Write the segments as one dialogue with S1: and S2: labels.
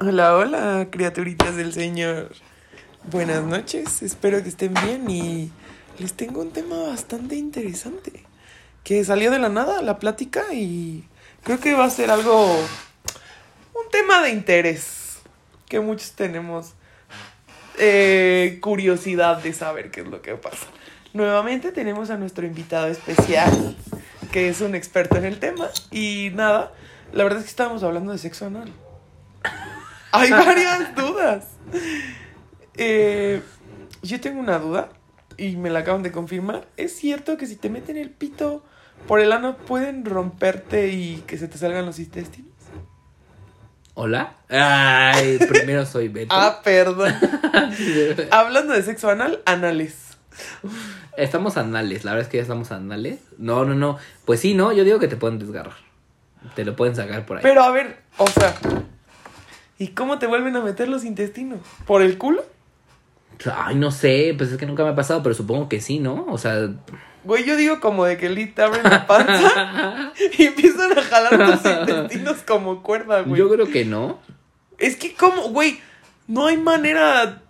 S1: Hola, hola, criaturitas del Señor. Buenas noches, espero que estén bien y les tengo un tema bastante interesante que salió de la nada la plática y creo que va a ser algo, un tema de interés que muchos tenemos eh, curiosidad de saber qué es lo que pasa. Nuevamente tenemos a nuestro invitado especial que es un experto en el tema y nada, la verdad es que estábamos hablando de sexo anal. Hay varias dudas. Eh, yo tengo una duda y me la acaban de confirmar. ¿Es cierto que si te meten el pito por el ano pueden romperte y que se te salgan los intestinos?
S2: ¿Hola? Ay, primero soy Beto.
S1: Ah, perdón. Hablando de sexo anal, anales.
S2: Estamos anales, la verdad es que ya estamos anales. No, no, no. Pues sí, no, yo digo que te pueden desgarrar. Te lo pueden sacar por ahí.
S1: Pero a ver, o sea, ¿y cómo te vuelven a meter los intestinos? ¿Por el culo?
S2: Ay, no sé, pues es que nunca me ha pasado, pero supongo que sí, ¿no? O sea,
S1: Güey, yo digo como de que Lee te abren la panza y empiezan a jalar tus intestinos como cuerda, güey.
S2: yo creo que no.
S1: Es que como, güey, no hay manera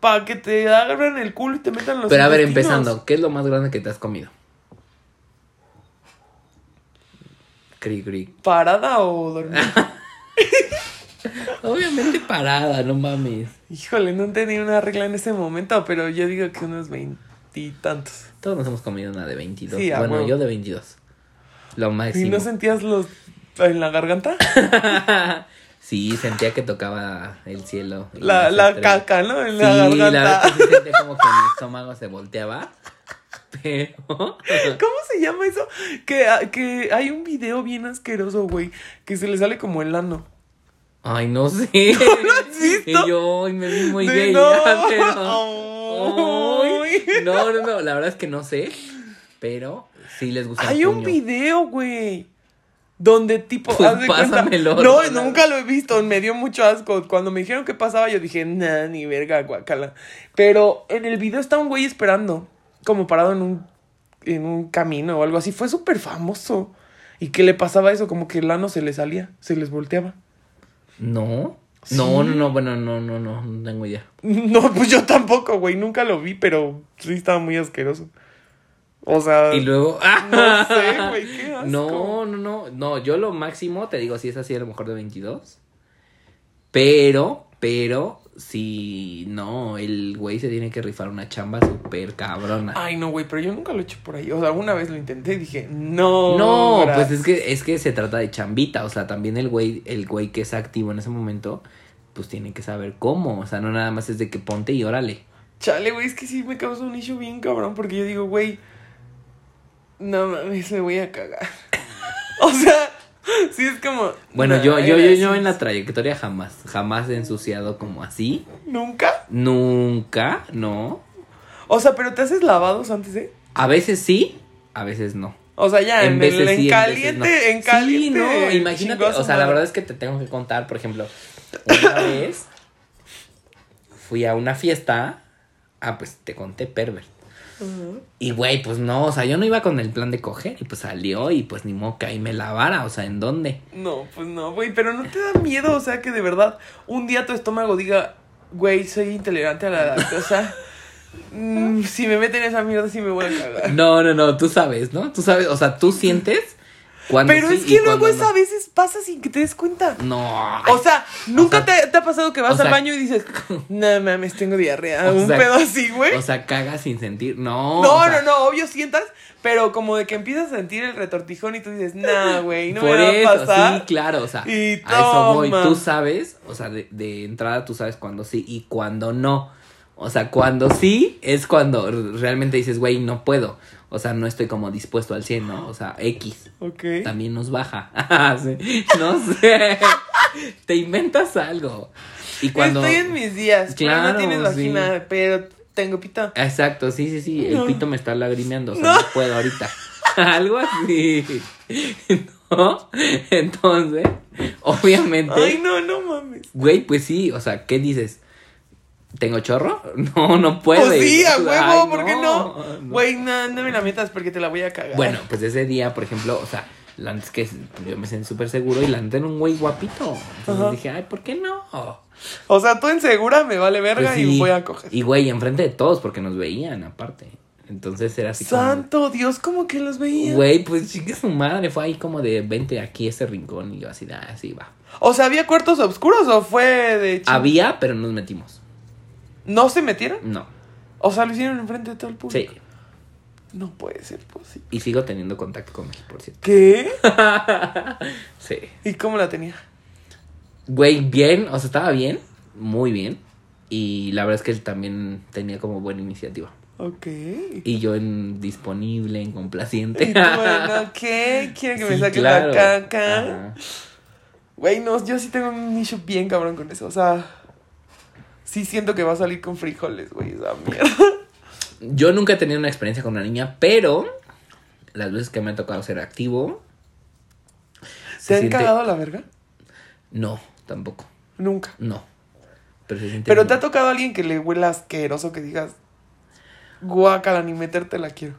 S1: para que te agarren el culo y te metan los
S2: Pero a ver,
S1: intestinos.
S2: empezando, ¿qué es lo más grande que te has comido? Cri, cri.
S1: ¿Parada o dormida?
S2: Obviamente parada, no mames.
S1: Híjole, no tenía una regla en ese momento, pero yo digo que unos veintitantos.
S2: Todos nos hemos comido una de 22.
S1: Sí, a
S2: bueno,
S1: huevo.
S2: yo de 22. Lo máximo.
S1: ¿Y no sentías los en la garganta?
S2: Sí, sentía que tocaba el cielo. y
S1: La,
S2: las
S1: la
S2: estrellas.
S1: caca, ¿no? En
S2: Sí,
S1: la
S2: la
S1: garganta.
S2: verdad es que sí sentía como que mi estómago se volteaba. Pero.
S1: ¿Cómo se llama eso? Que, ah, que hay un video bien asqueroso, güey, que se le sale como el ano.
S2: Ay, no sé.
S1: lo has visto?
S2: Y yo ay, me vi muy
S1: Sí,
S2: gay.
S1: no.
S2: ya, pero-
S1: Ay.
S2: Ay, No, no, no. La verdad es que no sé. Pero sí les gusta. el
S1: Hay un
S2: puño.
S1: video, güey. Donde tipo,
S2: Pues
S1: haz de cuenta-
S2: pásamelo,
S1: No,
S2: Ronald.
S1: nunca lo he visto, me dio mucho asco. Cuando me dijeron que pasaba, yo dije, nah, ni verga, guacala. Pero en el video está un güey esperando, como parado en un, en un camino o algo así. Fue súper famoso. ¿Y que le pasaba eso? Como que el ano se le salía, se les volteaba.
S2: No.
S1: Sí.
S2: No, no, no. Bueno, no, no, no. No tengo idea.
S1: No, pues yo tampoco, güey, nunca lo vi, pero sí estaba muy asqueroso. O sea,
S2: Y luego.
S1: Ah, no sé, güey, qué asco.
S2: No, no, no, no, yo lo máximo, te digo, si es así, a lo mejor de 22. Pero, pero, si no, el güey se tiene que rifar una chamba súper cabrona.
S1: Ay, no, güey, pero yo nunca lo he hecho por ahí. O sea, una vez lo intenté y dije, no.
S2: no,
S1: gracias.
S2: pues es que, es que se trata de chambita, o sea, también el güey, el güey que es activo en ese momento, pues tiene que saber cómo, o sea, no nada más es de que ponte y órale.
S1: Chale, güey, es que sí me causa un issue bien cabrón porque yo digo, güey, no mames, me voy a cagar. o sea, sí es como.
S2: Bueno,
S1: no,
S2: yo, yo, yo,
S1: era
S2: yo
S1: así.
S2: en la trayectoria jamás, jamás he ensuciado como así,
S1: ¿Nunca?
S2: nunca, no.
S1: O sea, pero te haces lavados antes, ¿eh?
S2: A veces sí, a veces no.
S1: O sea, ya, en, el- en
S2: sí,
S1: caliente,
S2: veces no.
S1: en caliente.
S2: Sí, no, imagínate.
S1: chingó a su
S2: O sea, la
S1: madre.
S2: verdad es que te tengo que contar, por ejemplo, una vez fui a una fiesta. Ah, pues te conté pervert.
S1: Ujú.
S2: Y güey, pues no, o sea, yo no iba con el plan de coger y pues salió y pues ni moca y me lavara, o sea, ¿en dónde?
S1: No, pues no, güey, pero no te da miedo, o sea, que de verdad un día tu estómago diga, güey, soy intolerante a la lactosa. Mm, si me meten esa mierda, sí me voy a cagar.
S2: No, no, no, tú sabes, ¿no? Tú sabes, o sea, tú sientes cuando
S1: Pero
S2: Ah, sí
S1: es
S2: y
S1: que luego
S2: cuando
S1: eso a veces pasa sin que te des cuenta.
S2: no. No.
S1: O sea, nunca
S2: o
S1: te, te ha pasado que vas
S2: o sea-
S1: al baño y dices, no mames, tengo diarrea,
S2: O
S1: un
S2: sea-
S1: pedo así, güey.
S2: o sea, cagas sin sentir. No.
S1: no,
S2: o
S1: no,
S2: sea,
S1: no, obvio sientas, pero como de que empiezas a sentir el retortijón y tú dices, nah, güey, no
S2: Por
S1: me
S2: eso,
S1: va a pasar.
S2: sí, claro, o sea,
S1: Y
S2: a eso voy.
S1: toma.
S2: Tú sabes, o sea, de, de entrada tú sabes cuándo sí y cuándo no. O sea, cuando sí es cuando r- realmente dices, güey, no puedo. O sea, no estoy como dispuesto al 100, ¿no? O sea, X
S1: Ok.
S2: también nos baja. Sí, no sé. Te inventas algo. Y cuando.
S1: Estoy en mis días. pero no
S2: Claro,
S1: tienes
S2: sí.
S1: vagina, pero tengo pita.
S2: Exacto, sí, sí, sí. El
S1: No.
S2: pito me está lagrimeando. O sea,
S1: No.
S2: no, puedo ahorita. Algo así. ¿No? Entonces,
S1: Ay,
S2: obviamente.
S1: no, no mames.
S2: Güey, pues sí. O sea, ¿qué dices? ¿Tengo chorro? No, no puedo.
S1: Pues sí, a huevo,
S2: Ay,
S1: ¿por qué no? Güey, no, no me la metas porque te la voy a cagar.
S2: Bueno, pues ese día, por ejemplo, o sea, La antes que yo me sentí súper seguro y la neta era un güey guapito. Entonces
S1: Ajá.
S2: dije, ay, ¿por qué no?
S1: O sea, tú en segura me vale verga
S2: Pues
S1: y
S2: sí.
S1: voy a coger.
S2: Y güey, enfrente de todos porque nos veían aparte. Entonces era así como...
S1: Santo Dios, como que los veía.
S2: Güey, pues chingue su madre, fue ahí como de 20 aquí a ese rincón y yo así, de, ah, sí, va.
S1: O sea, ¿había cuartos oscuros o fue de ching-
S2: Había, pero nos metimos.
S1: ¿No se metieron?
S2: No,
S1: O sea, lo hicieron enfrente de todo el
S2: sí.
S1: público. No puede ser posible.
S2: Y sigo teniendo contacto con México, por cierto.
S1: ¿Qué?
S2: Sí.
S1: ¿Y cómo la tenía?
S2: Güey, bien, o sea, estaba bien, muy bien. Y la verdad es que él también tenía como buena iniciativa.
S1: Ok.
S2: Y yo en disponible, en complaciente.
S1: Y tú, bueno, ¿qué? ¿Quiere que me
S2: Sí,
S1: saque
S2: claro.
S1: la caca?
S2: Ajá.
S1: Güey, no, yo sí tengo un nicho bien cabrón con eso. O sea, sí siento que va a salir con frijoles, güey, esa mierda.
S2: Yo nunca he tenido una experiencia con una niña, pero las veces que me ha tocado ser activo,
S1: ¿Se
S2: Se
S1: han
S2: siente-
S1: cagado la verga?
S2: no, tampoco,
S1: Nunca.
S2: no. Pero, se siente
S1: Pero
S2: muy-
S1: te ha tocado alguien que le huela asqueroso que digas, guácala, ni meterte la quiero.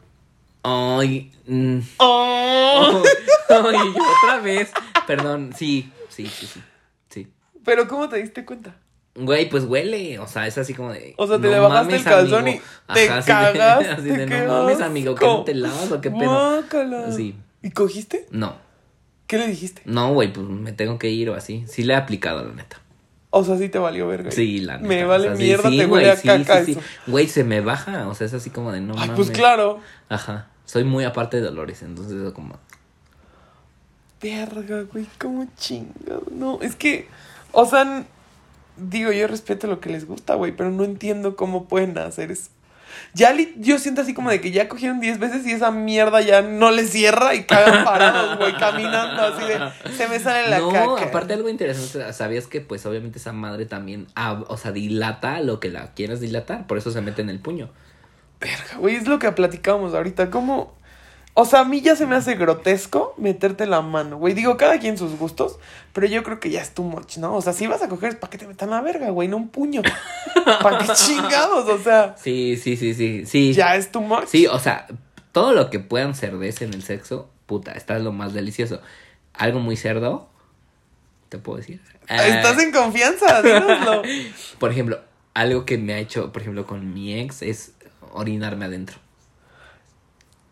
S2: Ay, mm.
S1: ¡Oh!
S2: Ay, yo otra vez. Perdón, sí, sí, sí, sí. sí.
S1: Pero ¿cómo te diste cuenta?
S2: Güey, pues huele, o sea, es así como de.
S1: O sea, te le bajaste el calzón y te
S2: así de-
S1: cagaste,
S2: así de,
S1: qué
S2: no mames,
S1: asco".
S2: amigo, que no te lavas o qué pedo.
S1: Guácala.
S2: Sí.
S1: ¿Y cogiste?
S2: No,
S1: ¿Qué le dijiste?
S2: no, güey, pues me tengo que ir o así. Sí le he aplicado, la neta.
S1: O sea, sí te valió verga.
S2: Sí, la neta.
S1: Me
S2: o
S1: vale
S2: sea, sí,
S1: mierda,
S2: sí,
S1: te
S2: güey,
S1: huele a
S2: sí,
S1: caca
S2: sí, sí.
S1: eso.
S2: Güey, se me baja, o sea, es así como de no
S1: Ay,
S2: mames.
S1: pues claro.
S2: Ajá. Soy muy aparte de Dolores, entonces es como.
S1: Verga, güey, cómo chingado. No, es que, o sea, n- digo, yo respeto lo que les gusta, güey, pero no entiendo cómo pueden hacer eso. Ya li- yo siento así como de que ya cogieron 10 veces y esa mierda ya no les cierra y cagan parados, güey, caminando así de, se me sale la
S2: no,
S1: caca.
S2: aparte algo interesante, sabías que pues obviamente esa madre también, ab- o sea, dilata lo que la quieras dilatar, por eso se mete en el puño.
S1: Verga, güey, es lo que platicábamos ahorita, cómo... O sea, a mí ya se me hace grotesco meterte la mano, güey. Digo, cada quien sus gustos, pero yo creo que ya es too much, ¿no? O sea, si vas a coger es para que te metan la verga, güey, no un puño. ¿Para qué chingados? O sea,
S2: Sí, sí, sí, sí, sí.
S1: ya es too much.
S2: Sí, o sea, todo lo que puedan cerdece en el sexo, puta, está lo más delicioso. Algo muy cerdo, te puedo decir. Eh,
S1: Estás en confianza, dínoslo.
S2: Por ejemplo, algo que me ha hecho, por ejemplo, con mi ex es orinarme adentro.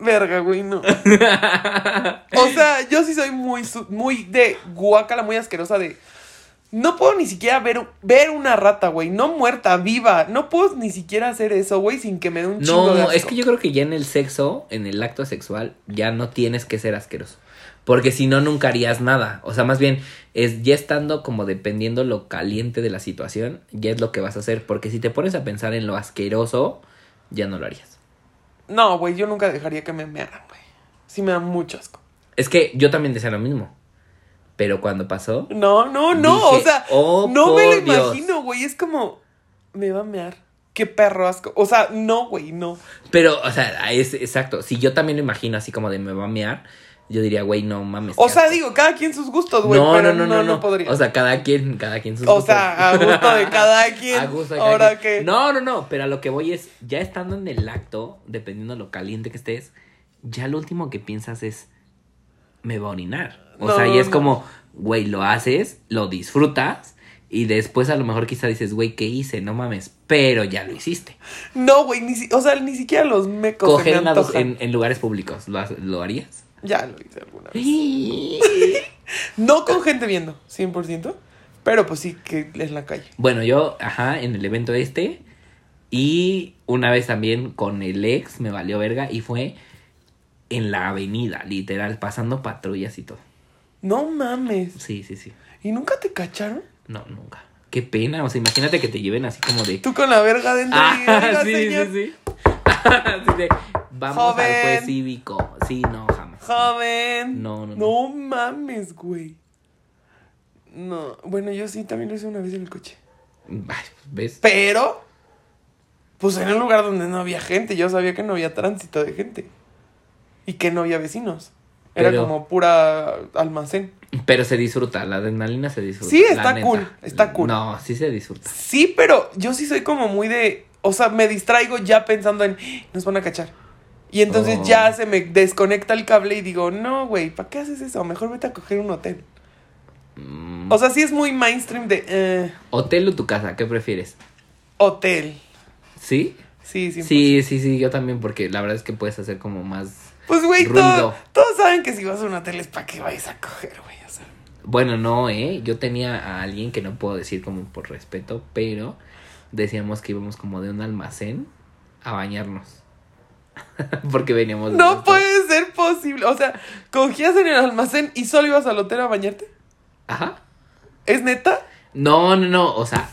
S1: Verga, güey, no. O sea, yo sí soy muy, su- muy de guácala, muy asquerosa de... No puedo ni siquiera ver, ver una rata, güey. No muerta, viva. No puedo ni siquiera hacer eso, güey, sin que me dé un chingo de
S2: No,
S1: asco.
S2: es que yo creo que ya en el sexo, en el acto sexual, ya no tienes que ser asqueroso. Porque si no, nunca harías nada. O sea, más bien, es ya estando como dependiendo lo caliente de la situación, ya es lo que vas a hacer. Porque si te pones a pensar en lo asqueroso, ya no lo harías.
S1: No, güey, yo nunca dejaría que me mearan, güey. Sí me da mucho asco.
S2: Es que yo también decía lo mismo. Pero cuando pasó,
S1: No, no, no. o
S2: Dije,
S1: sea,
S2: "Oh,
S1: no me lo
S2: por Dios".
S1: imagino, güey. Es como, me va a mear. Qué perro asco. O sea, no, güey, no.
S2: pero, o sea, es exacto. Si yo también lo imagino así como de me va a mear, yo diría, güey, no mames.
S1: O
S2: qué
S1: sea,
S2: asco".
S1: digo, cada quien sus gustos, güey. pero no, no, podría.
S2: O sea, cada quien, cada quien sus
S1: O
S2: gustos.
S1: sea, a gusto de cada quien.
S2: A gusto de cada
S1: Ahora
S2: quien.
S1: que.
S2: No, no, no, pero a lo que voy es, ya estando en el acto, dependiendo de lo caliente que estés, ya lo último que piensas es, me va a orinar. O
S1: No,
S2: sea, y es
S1: no.
S2: como, güey, lo haces, lo disfrutas, y después a lo mejor quizá dices, güey, ¿qué hice? No mames, pero ya lo hiciste.
S1: No, güey, ni si- o sea, ni siquiera los mecos se
S2: Coger
S1: me
S2: lados
S1: antojan.
S2: en, en lugares públicos, ¿lo, has- lo harías?
S1: Ya lo hice alguna vez. No con gente viendo, 100%. Pero pues sí, que es la calle.
S2: Bueno, yo, ajá, en el evento este. Y una vez también con el ex me valió verga y fue en la avenida, literal, pasando patrullas y todo.
S1: No mames.
S2: Sí, sí, sí.
S1: ¿Y nunca te cacharon?
S2: No, nunca. Qué pena, o sea, imagínate que te lleven así como de...
S1: Tú con la verga dentro y
S2: Ah,
S1: "Oiga,
S2: sí,
S1: señor,
S2: sí, sí. Así de, Vamos
S1: Joven.
S2: al juez cívico. Sí, no, jamás.
S1: Joven.
S2: No, no, no.
S1: No mames, güey. No, bueno, yo sí también lo hice una vez en el coche.
S2: Ay, ¿Ves?
S1: Pero, pues en un lugar donde no había gente. Yo sabía que no había tránsito de gente. Y que no había vecinos. Era
S2: Pero-
S1: como pura almacén.
S2: Pero se disfruta, la adrenalina se disfruta.
S1: Sí,
S2: la
S1: está
S2: neta.
S1: cool, está cool.
S2: No, sí se disfruta.
S1: Sí, pero yo sí soy como muy de. O sea, me distraigo ya pensando en. "Ah, Nos van a cachar. Y entonces
S2: Oh.
S1: ya se me desconecta el cable y digo, no, güey, ¿para qué haces eso? Mejor vete a coger un hotel.
S2: Mm.
S1: O sea, sí es muy mainstream de eh,
S2: ¿Hotel o tu casa? ¿Qué prefieres?
S1: hotel.
S2: ¿Sí?
S1: Sí, sí.
S2: Sí, sí, sí, yo también, porque la verdad es que puedes hacer como más...
S1: Pues, güey,
S2: Ruido.
S1: todo- todos saben que si vas a un hotel es para que vayas a coger, güey. O sea,
S2: Bueno, no, ¿eh? Yo tenía a alguien que no puedo decir como por respeto, pero decíamos que íbamos como de un almacén a bañarnos. porque veníamos... de
S1: no
S2: nuestro-
S1: puede ser posible. O sea, cogías en el almacén y solo ibas al hotel a bañarte.
S2: Ajá.
S1: ¿Es neta?
S2: No, no, no, o sea,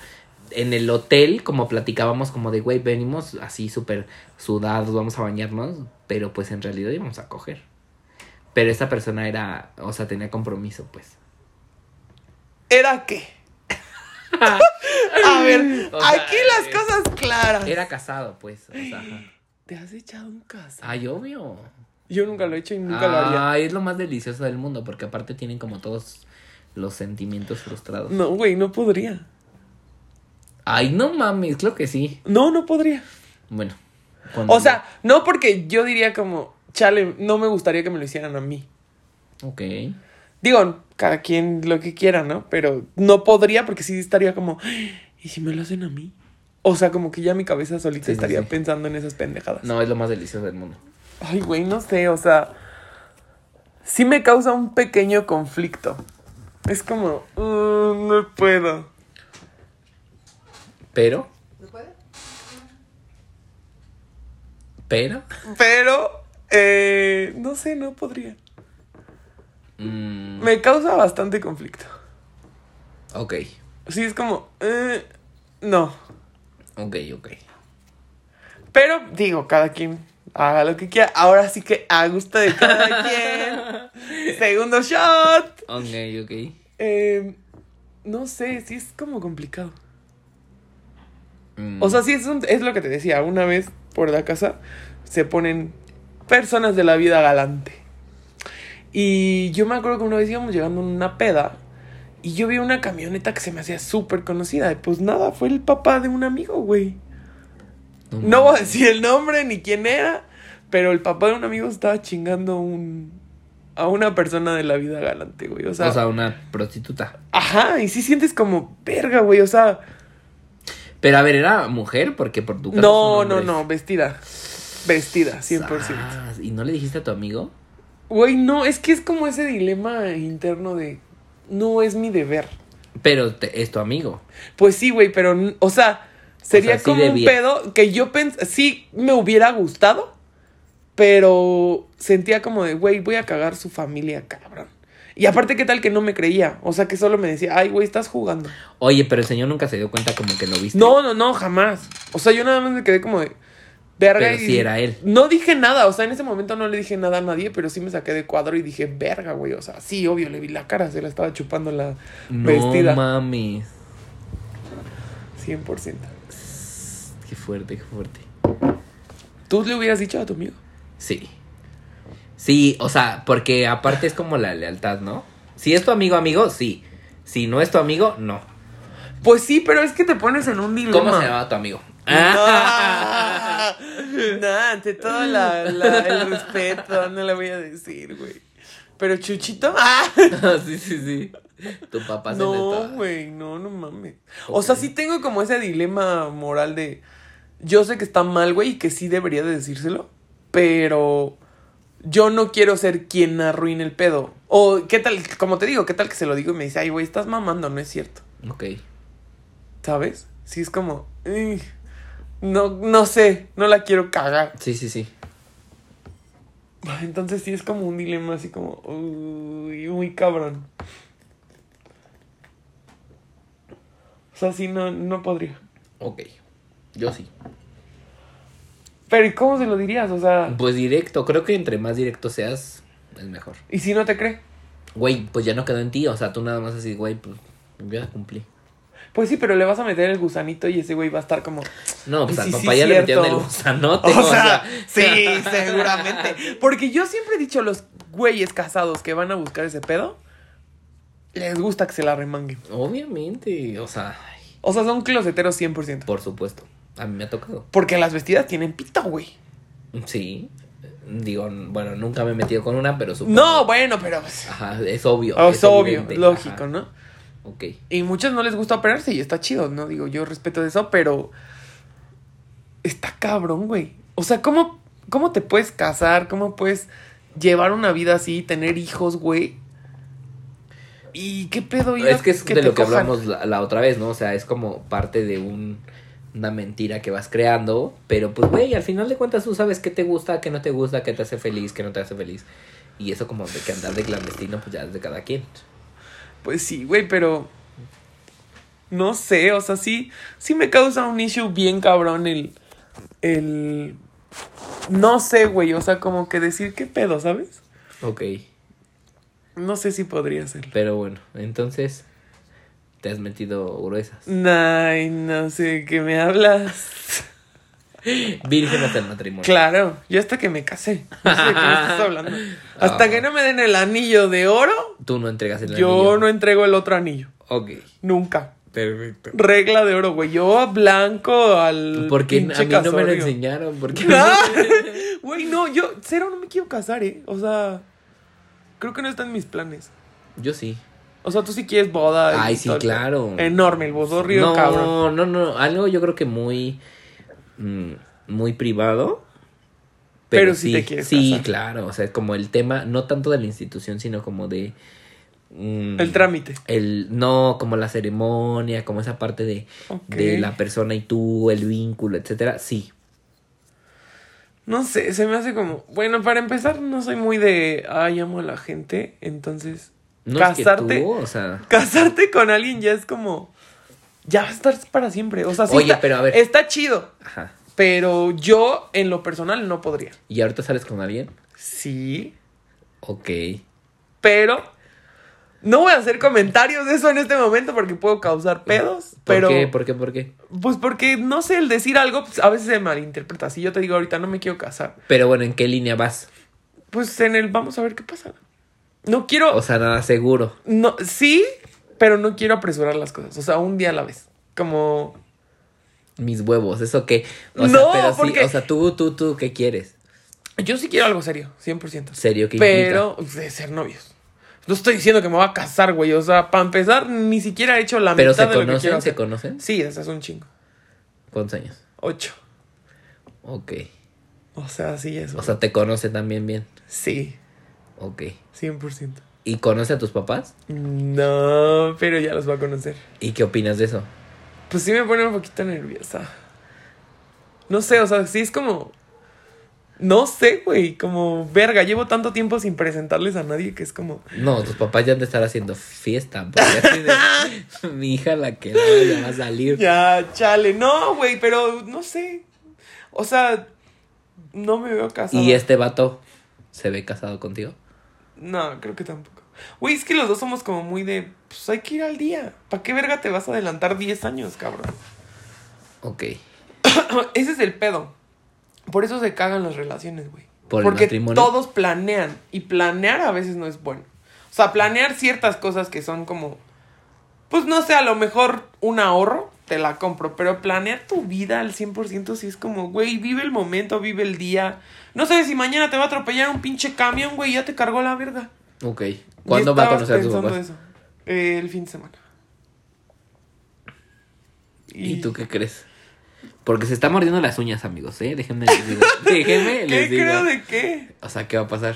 S2: en el hotel como platicábamos como de, güey, venimos así súper sudados, vamos a bañarnos, pero pues en realidad íbamos a coger. Pero esta persona era, o sea, tenía compromiso, pues.
S1: ¿Era qué? a ver,
S2: O sea,
S1: aquí las
S2: eh,
S1: cosas claras.
S2: Era casado, pues. O sea, ajá.
S1: ¿Te has echado un caso?
S2: Ay, obvio.
S1: Yo nunca lo he hecho y nunca lo haría.
S2: Ay, es lo más delicioso del mundo, porque aparte tienen como todos los sentimientos frustrados.
S1: No, güey, no podría.
S2: Ay, no mames, creo que sí.
S1: No, no podría.
S2: Bueno. cuando-
S1: O sea, no porque yo diría como, chale, no me gustaría que me lo hicieran a mí.
S2: Ok.
S1: Digo, cada quien lo que quiera, ¿no? Pero no podría porque sí estaría como, ¿y si me lo hacen a mí? O sea, como que ya mi cabeza solita
S2: Sí, sí,
S1: estaría
S2: sí.
S1: pensando en esas pendejadas.
S2: No, es lo más delicioso del mundo.
S1: Ay, güey, no sé, o sea, sí me causa un pequeño conflicto. Es como, "Mm, no puedo.
S2: Pero. Pero.
S1: Pero, eh, no sé, no podría.
S2: mm,
S1: Me causa bastante conflicto.
S2: ok.
S1: Sí, es como, eh, no.
S2: Ok, ok.
S1: Pero digo, cada quien haga lo que quiera. Ahora sí que a gusto de cada quien. Segundo shot.
S2: Ok, ok.
S1: Eh, no sé, sí es como complicado.
S2: Mm,
S1: O sea, sí es, un- es lo que te decía. Una vez por la casa se ponen personas de la vida galante. Y yo me acuerdo que una vez íbamos llegando a una peda y yo vi una camioneta que se me hacía súper conocida. Y pues nada, fue el papá de un amigo, güey. No voy a decir el nombre ni quién era, pero el papá de un amigo estaba chingando un, a una persona de la vida galante, güey. O sea,
S2: o sea, una prostituta.
S1: ajá, y sí sientes como verga, güey. O sea,
S2: Pero a ver, ¿era mujer? Porque por tu casa
S1: no,
S2: son
S1: no,
S2: hombres.
S1: no, vestida. Vestida, 100%.
S2: Ah, ¿Y no le dijiste a tu amigo?
S1: Güey, no, es que es como ese dilema interno de no es mi deber.
S2: Pero te- es tu amigo.
S1: Pues sí, güey, pero, n- o sea, sería
S2: O sea, sí
S1: como un
S2: debía.
S1: pedo que yo pensé, sí me hubiera gustado, pero sentía como de, güey, voy a cagar su familia, cabrón. Y aparte, ¿qué tal que no me creía? O sea, que solo me decía, ay, güey, estás jugando.
S2: Oye, pero el señor nunca se dio cuenta como que lo viste.
S1: No, no, no, jamás. O sea, yo nada más me quedé como de, verga.
S2: Pero sí era él.
S1: No dije nada, o sea, en ese momento no le dije nada a nadie, pero sí me saqué de cuadro y dije, verga, güey. O sea, sí, obvio, le vi la cara, se la estaba chupando la
S2: No
S1: vestida.
S2: mames.
S1: 100%.
S2: Qué fuerte, qué fuerte.
S1: ¿Tú le hubieras dicho a tu amigo?
S2: Sí. Sí, o sea, porque aparte es como la lealtad, ¿no? Si es tu amigo, amigo, sí. Si no es tu amigo, no.
S1: Pues sí, pero es que te pones en un dilema.
S2: ¿Cómo se llamaba tu amigo?
S1: Ah, nah, ante todo la- la- el respeto, no le voy a decir, güey. Pero Chuchito, ah.
S2: sí, sí, sí. Tu papá se le
S1: No,
S2: estaba-
S1: güey, no, no mames. O
S2: Ok.
S1: sea, sí tengo como ese dilema moral de. Yo sé que está mal, güey, y que sí debería de decírselo, pero yo no quiero ser quien arruine el pedo. O, ¿qué tal? Como te digo, ¿qué tal que se lo digo y me dice, ay, güey, estás mamando, no es cierto?
S2: Ok.
S1: ¿Sabes? Sí es como. "Ugh, No, no sé, no la quiero cagar.
S2: Sí, sí, sí.
S1: Entonces sí es como un dilema así como. Uy, muy cabrón. O sea, sí, no, no podría.
S2: Ok. Yo sí.
S1: Pero ¿y cómo se lo dirías? O sea.
S2: Pues directo, creo que entre más directo seas, es mejor.
S1: ¿Y si no te cree?
S2: Güey, pues ya no quedó en ti, o sea, tú nada más así, güey, pues ya cumplí.
S1: Pues sí, pero le vas a meter el gusanito y ese güey va a estar como.
S2: No, pues
S1: Sí,
S2: al
S1: sí,
S2: papá ya le metieron el
S1: cierto.
S2: gusanote,
S1: o sea, sí, seguramente. Porque yo siempre he dicho los güeyes casados que van a buscar ese pedo, les gusta que se la remanguen.
S2: Obviamente, o sea, ay,
S1: O sea, son closeteros 100%.
S2: por supuesto. A mí me ha tocado.
S1: Porque las vestidas tienen pito, güey.
S2: Sí. Digo, bueno, nunca me he metido con una, pero supongo.
S1: No, bueno, pero pues,
S2: Ajá, es obvio.
S1: es obvio,
S2: evidente.
S1: lógico,
S2: Ajá.
S1: ¿no?
S2: Ok.
S1: Y muchos no les gusta operarse y está chido, ¿no? Digo, yo respeto eso, pero está cabrón, güey. O sea, ¿cómo, ¿cómo te puedes casar? ¿Cómo puedes llevar una vida así, tener hijos, güey? ¿Y qué pedo? ir a
S2: Es que es de
S1: te
S2: lo que
S1: cojan?
S2: hablamos la, la otra vez, ¿no? O sea, es como parte de un, una mentira que vas creando, pero pues, güey, al final de cuentas tú sabes qué te gusta, qué no te gusta, qué te hace feliz, qué no te hace feliz. Y eso como de que andar de clandestino, pues ya es de cada quien.
S1: Pues sí, güey, pero. No sé, o sea, sí. Sí me causa un issue bien cabrón el. El. No sé, güey. O sea, como que decir qué pedo, ¿sabes?
S2: Ok,
S1: No sé si podría ser.
S2: pero bueno, entonces te has metido gruesas.
S1: Ay, no sé de qué me hablas.
S2: Virgen hasta el matrimonio.
S1: Claro, yo hasta que me casé. No sé de qué me estás hablando. Hasta
S2: Ah.
S1: que no me den el anillo de oro,
S2: Tú no entregas el
S1: yo
S2: anillo.
S1: no entrego el otro anillo.
S2: Ok,
S1: Nunca.
S2: perfecto.
S1: Regla de oro, güey. Yo blanco al.
S2: Porque a mí
S1: pinche
S2: no me lo
S1: casorio.
S2: enseñaron, porque
S1: No. Güey, no, yo, cero, no me quiero casar, ¿eh? O sea, creo que no están mis planes.
S2: yo sí.
S1: O sea, tú sí quieres boda. y
S2: Ay, sí,
S1: todo el-
S2: claro.
S1: Enorme, el bodorrio,
S2: no,
S1: cabrón.
S2: No, no, algo yo creo que muy mm, muy privado. Pero,
S1: Pero
S2: sí,
S1: sí te quieres
S2: sí,
S1: casar.
S2: claro, o sea, es como el tema no tanto de la institución, sino como de mm,
S1: El trámite.
S2: el no, como la ceremonia, como esa parte de,
S1: Ok.
S2: de la persona y tú, el vínculo, etcétera. Sí.
S1: No sé, se me hace como. Bueno, para empezar, no soy muy de. Ay, amo a la gente. Entonces,
S2: No es
S1: casarte.
S2: que tú, o sea,
S1: casarte con alguien ya es como. Ya va a estar para siempre. O sea, sí.
S2: Oye,
S1: está-
S2: pero a ver.
S1: Está chido.
S2: ajá.
S1: Pero yo, en lo personal, no podría.
S2: ¿Y ahorita sales con alguien?
S1: Sí.
S2: Ok.
S1: pero no voy a hacer comentarios de eso en este momento porque puedo causar pedos,
S2: ¿Por
S1: pero
S2: qué? ¿Por qué? ¿Por qué?
S1: pues porque no sé, el decir algo pues, a veces se malinterpreta. Si yo te digo ahorita no me quiero casar,
S2: Pero bueno, ¿en qué línea vas?
S1: pues en el vamos a ver qué pasa. No quiero
S2: O sea, nada seguro.
S1: no sí, pero no quiero apresurar las cosas, o sea, un día a la vez. Como
S2: Mis huevos, eso que. O
S1: No,
S2: sea, pero sí,
S1: porque-
S2: o sea, tú, tú, tú, ¿qué quieres?
S1: yo sí quiero algo serio, 100%.
S2: Serio, ¿qué implica?
S1: pero pues, de ser novios. No estoy diciendo que me voy a casar, güey, o sea, para empezar ni siquiera he hecho la
S2: Pero
S1: mitad
S2: se
S1: de lo que quiero.
S2: conocen, se
S1: hacer.
S2: conocen.
S1: Sí, eso es un chingo.
S2: ¿Cuántos años?
S1: Ocho.
S2: Ok.
S1: O sea, sí, eso.
S2: O sea, te conoce también bien.
S1: Sí,
S2: Ok.
S1: 100%.
S2: ¿Y conoce a tus papás?
S1: Mm, No, pero ya los va a conocer.
S2: ¿Y qué opinas de eso?
S1: Pues sí me pone un poquito nerviosa. No sé, o sea, sí es como... No sé, güey, como verga, llevo tanto tiempo sin presentarles a nadie que es como...
S2: No, tus papás ya han de estar haciendo fiesta. Porque así de, mi hija la que no, ya va a salir.
S1: Ya, chale, no, güey, pero no sé. O sea, no me veo casada.
S2: ¿Y este vato se ve casado contigo?
S1: No, creo que tampoco. Güey, es que los dos somos como muy de... Pues hay que ir al día. ¿Para qué verga te vas a adelantar 10 años, cabrón?
S2: Ok.
S1: Ese es el pedo. Por eso se cagan las relaciones, güey.
S2: ¿Por el
S1: Porque
S2: matrimonio?
S1: todos planean. Y planear a veces no es bueno. O sea, planear ciertas cosas que son como. Pues no sé, a lo mejor un ahorro te la compro. Pero planear tu vida al 100% si es como, güey, vive el momento, vive el día. No sabes si mañana te va a atropellar un pinche camión, güey, ya te cargó la verga.
S2: Ok.
S1: Y
S2: ¿Cuándo va a
S1: estabas
S2: conocer a tus
S1: pensando
S2: papás?
S1: eso. Eh, el fin de semana.
S2: ¿Y tú qué crees? Porque se está mordiendo las uñas, amigos, ¿eh? Déjenme les digo. Déjenme
S1: ¿Qué
S2: les digo.
S1: creo de qué?
S2: O sea, ¿qué va a pasar?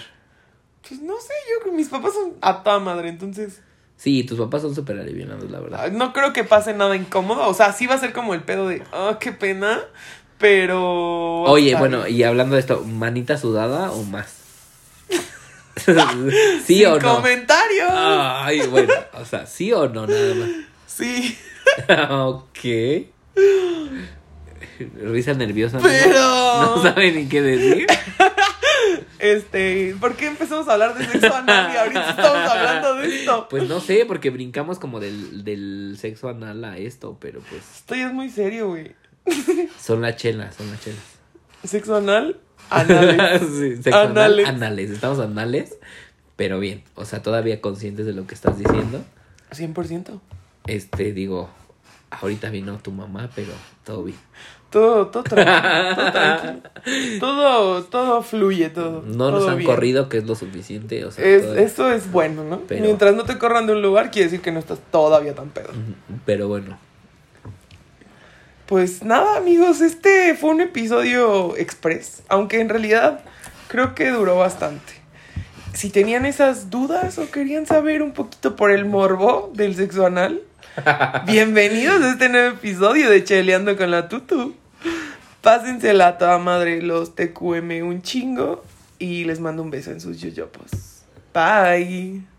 S1: Pues no sé, yo creo que mis papás son a toda madre, entonces
S2: Sí, tus papás son súper alivianados, la
S1: ah,
S2: verdad.
S1: no creo que pase nada incómodo. O sea, sí va a ser como el pedo de, ah, qué pena, pero...
S2: Oye,
S1: Ay,
S2: bueno, y hablando de esto, ¿manita sudada o más? ¿Sí
S1: sin
S2: o no? Ah.
S1: comentarios.
S2: Ay, bueno, o sea, ¿sí o no? Nada más.
S1: Sí,
S2: ok. Risa nerviosa. amigo.
S1: pero...
S2: No sabe ni qué decir.
S1: Este, ¿por qué empezamos a hablar de sexo anal y ahorita estamos hablando de esto?
S2: Pues no sé, porque brincamos como del, del sexo anal a esto, pero pues
S1: Esto ya es muy serio, güey.
S2: son las chelas, son las chelas.
S1: Sexo anal, anal.
S2: Sí, sexo anal, anales.
S1: Anales.
S2: Estamos anales, pero bien. O sea, todavía conscientes de lo que estás diciendo.
S1: 100%.
S2: Este, digo, Ahorita vino tu mamá, pero todo bien.
S1: Todo, todo tranquilo, todo tranquilo. Todo, todo fluye, todo.
S2: No nos
S1: todo
S2: han
S1: bien.
S2: corrido, que es lo suficiente. O sea,
S1: Es-
S2: todo-
S1: eso es bueno, ¿no?
S2: Pero-
S1: Mientras no te corran de un lugar, quiere decir que no estás todavía tan pedo.
S2: Ujú, Pero bueno,
S1: Pues nada, amigos, este fue un episodio express, aunque en realidad creo que duró bastante. Si tenían esas dudas o querían saber un poquito por el morbo del sexo anal, bienvenidos a este nuevo episodio de Cheleando con la Tutu. Pásensela a toda madre los TQM un chingo y les mando un beso en sus yoyopos. Bye.